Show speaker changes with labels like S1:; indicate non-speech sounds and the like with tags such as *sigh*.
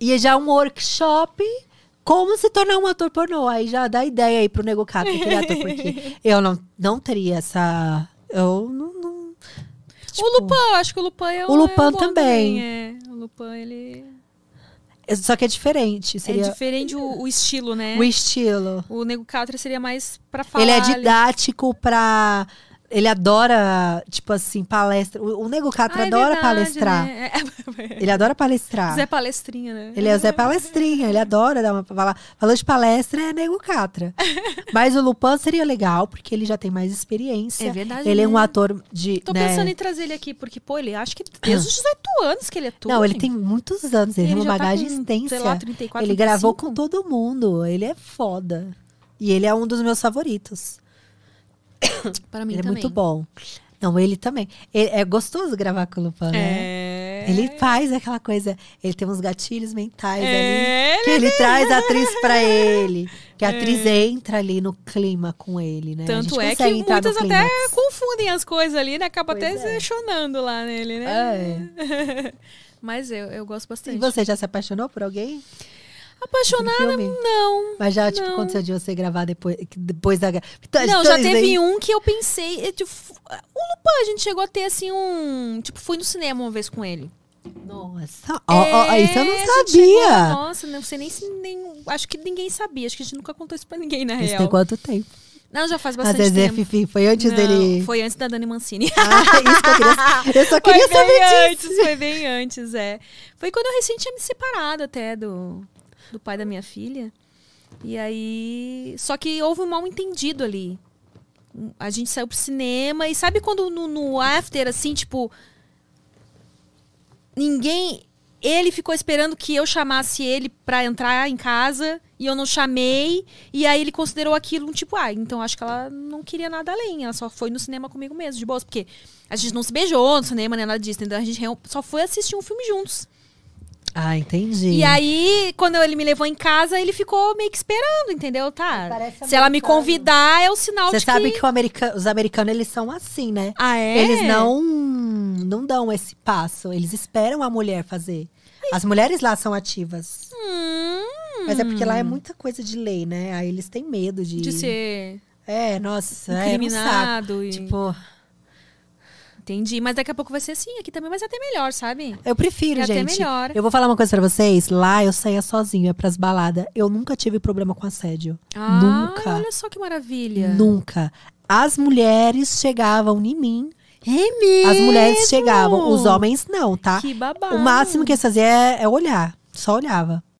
S1: E é já um workshop como se tornar um ator pornô. Aí já dá ideia aí pro Nego Cato, que ele é ator,
S2: *laughs*
S1: porque eu não, não teria essa. Eu não. não- tipo,
S2: O Lupan, acho que o Lupan é
S1: O Lupin
S2: é bom
S1: também.
S2: é. O Lupan, ele.
S1: Só que é diferente. Seria
S2: É diferente o, o estilo, né?
S1: o estilo.
S2: O Nego Catra seria mais pra falar.
S1: ele é
S2: ali.
S1: didático pra. Ele adora, tipo assim, palestra. O, o Nego
S2: Ah,
S1: Catra
S2: é
S1: adora
S2: verdade,
S1: palestrar.
S2: né? *laughs* É.
S1: Ele adora palestrar.
S2: Zé Palestrinha, né?
S1: Ele é Zé Palestrinha, ele adora dar uma fala, falando de palestra, é nego
S2: *laughs*
S1: catra. Mas o Lupin seria legal, porque ele já tem mais experiência.
S2: É verdade,
S1: Ele é um
S2: né?
S1: ator de.
S2: Tô
S1: né?
S2: pensando em trazer ele aqui, porque, pô, ele acho que desde os 18 anos que ele atua.
S1: Não, ele
S2: gente.
S1: tem muitos anos, ele, tem uma
S2: já tá
S1: bagagem
S2: com,
S1: extensa.
S2: Sei lá, 34,
S1: ele gravou
S2: 35.
S1: com todo mundo, ele é foda. E ele é um dos meus favoritos.
S2: Para mim
S1: ele
S2: também.
S1: é muito bom. Não, ele também. Ele- é gostoso gravar com o Lupin, né?
S2: É.
S1: Ele faz aquela coisa, ele tem uns gatilhos mentais ali.
S2: É,
S1: Que ele traz a atriz pra ele. Que a atriz entra ali no clima com ele, né? A gente
S2: Tanto é que
S1: consegue entrar no
S2: muitas até
S1: clímax.
S2: confundem as coisas ali, né? Acaba
S1: Pois
S2: até
S1: é.
S2: se chonando lá nele, né? Mas eu, eu gosto
S1: E
S2: bastante.
S1: É. você já se apaixonou por alguém?
S2: Apaixonada?
S1: Por filme?
S2: Não.
S1: Mas já, tipo, aconteceu de você gravar depois, que depois da... gra- Então,
S2: Não,
S1: então
S2: já
S1: isso
S2: teve
S1: aí-
S2: um que eu pensei. é, tipo, o Lupin, a gente chegou a ter assim um. Tipo, fui no cinema uma vez com ele.
S1: Nossa, ó, ó, isso eu
S2: É, a
S1: não
S2: gente chegou lá,
S1: sabia.
S2: nossa, não sei nem se. Nem, acho que ninguém sabia. Acho que a gente nunca contou isso pra ninguém, na
S1: Isso
S2: real.
S1: tem quanto tempo?
S2: Não, já faz
S1: A
S2: bastante
S1: Zezé
S2: tempo.
S1: Fifi, foi antes
S2: Não,
S1: é
S2: *laughs*
S1: dele...
S2: Foi antes da Dani Mancini.
S1: Ah, isso que eu queria... Eu só
S2: Foi
S1: queria
S2: bem
S1: saber disso.
S2: antes, foi bem antes, é. Foi quando eu recém tinha me separado até do, do pai da minha filha. E aí. Só que houve um mal entendido ali. A gente saiu pro cinema e sabe quando no, no after, assim, tipo. Ninguém. Ele ficou esperando que eu chamasse ele pra entrar em casa e eu não chamei. E aí ele considerou aquilo um tipo, ah, então acho que ela não queria nada além. Ela só foi no cinema comigo mesmo, de boas. Porque a gente não se beijou no cinema, nem nada disso. Então a gente real- só foi assistir um filme juntos.
S1: Ah, entendi.
S2: E aí, quando ele me levou em casa, ele ficou meio que esperando, entendeu? Tá.
S1: Parece
S2: Se ela me
S1: americano.
S2: convidar, é o sinal
S1: Você
S2: de
S1: sabe
S2: que...
S1: que o america- os americanos, eles são assim, né?
S2: Ah, é?
S1: Eles não não dão esse passo. Eles esperam a mulher fazer. As mulheres lá são ativas.
S2: Hum,
S1: Mas é porque lá é muita coisa de lei, né? Aí eles têm medo de.
S2: de ser
S1: É, nossa, é um saco.
S2: incriminado. e-
S1: Tipo,
S2: Entendi. Mas daqui a pouco vai ser assim aqui também, mas até melhor, sabe?
S1: eu prefiro,
S2: É até
S1: gente.
S2: melhor.
S1: Eu vou falar uma coisa pra vocês. Lá eu saía sozinha pras baladas. Eu nunca tive problema com assédio.
S2: Ah,
S1: Nunca.
S2: olha só que maravilha.
S1: Nunca. As mulheres chegavam em mim.
S2: É mesmo?
S1: As mulheres chegavam. Os homens não, tá?
S2: Que babado.
S1: O máximo que eles faziam é, é olhar. Só olhava.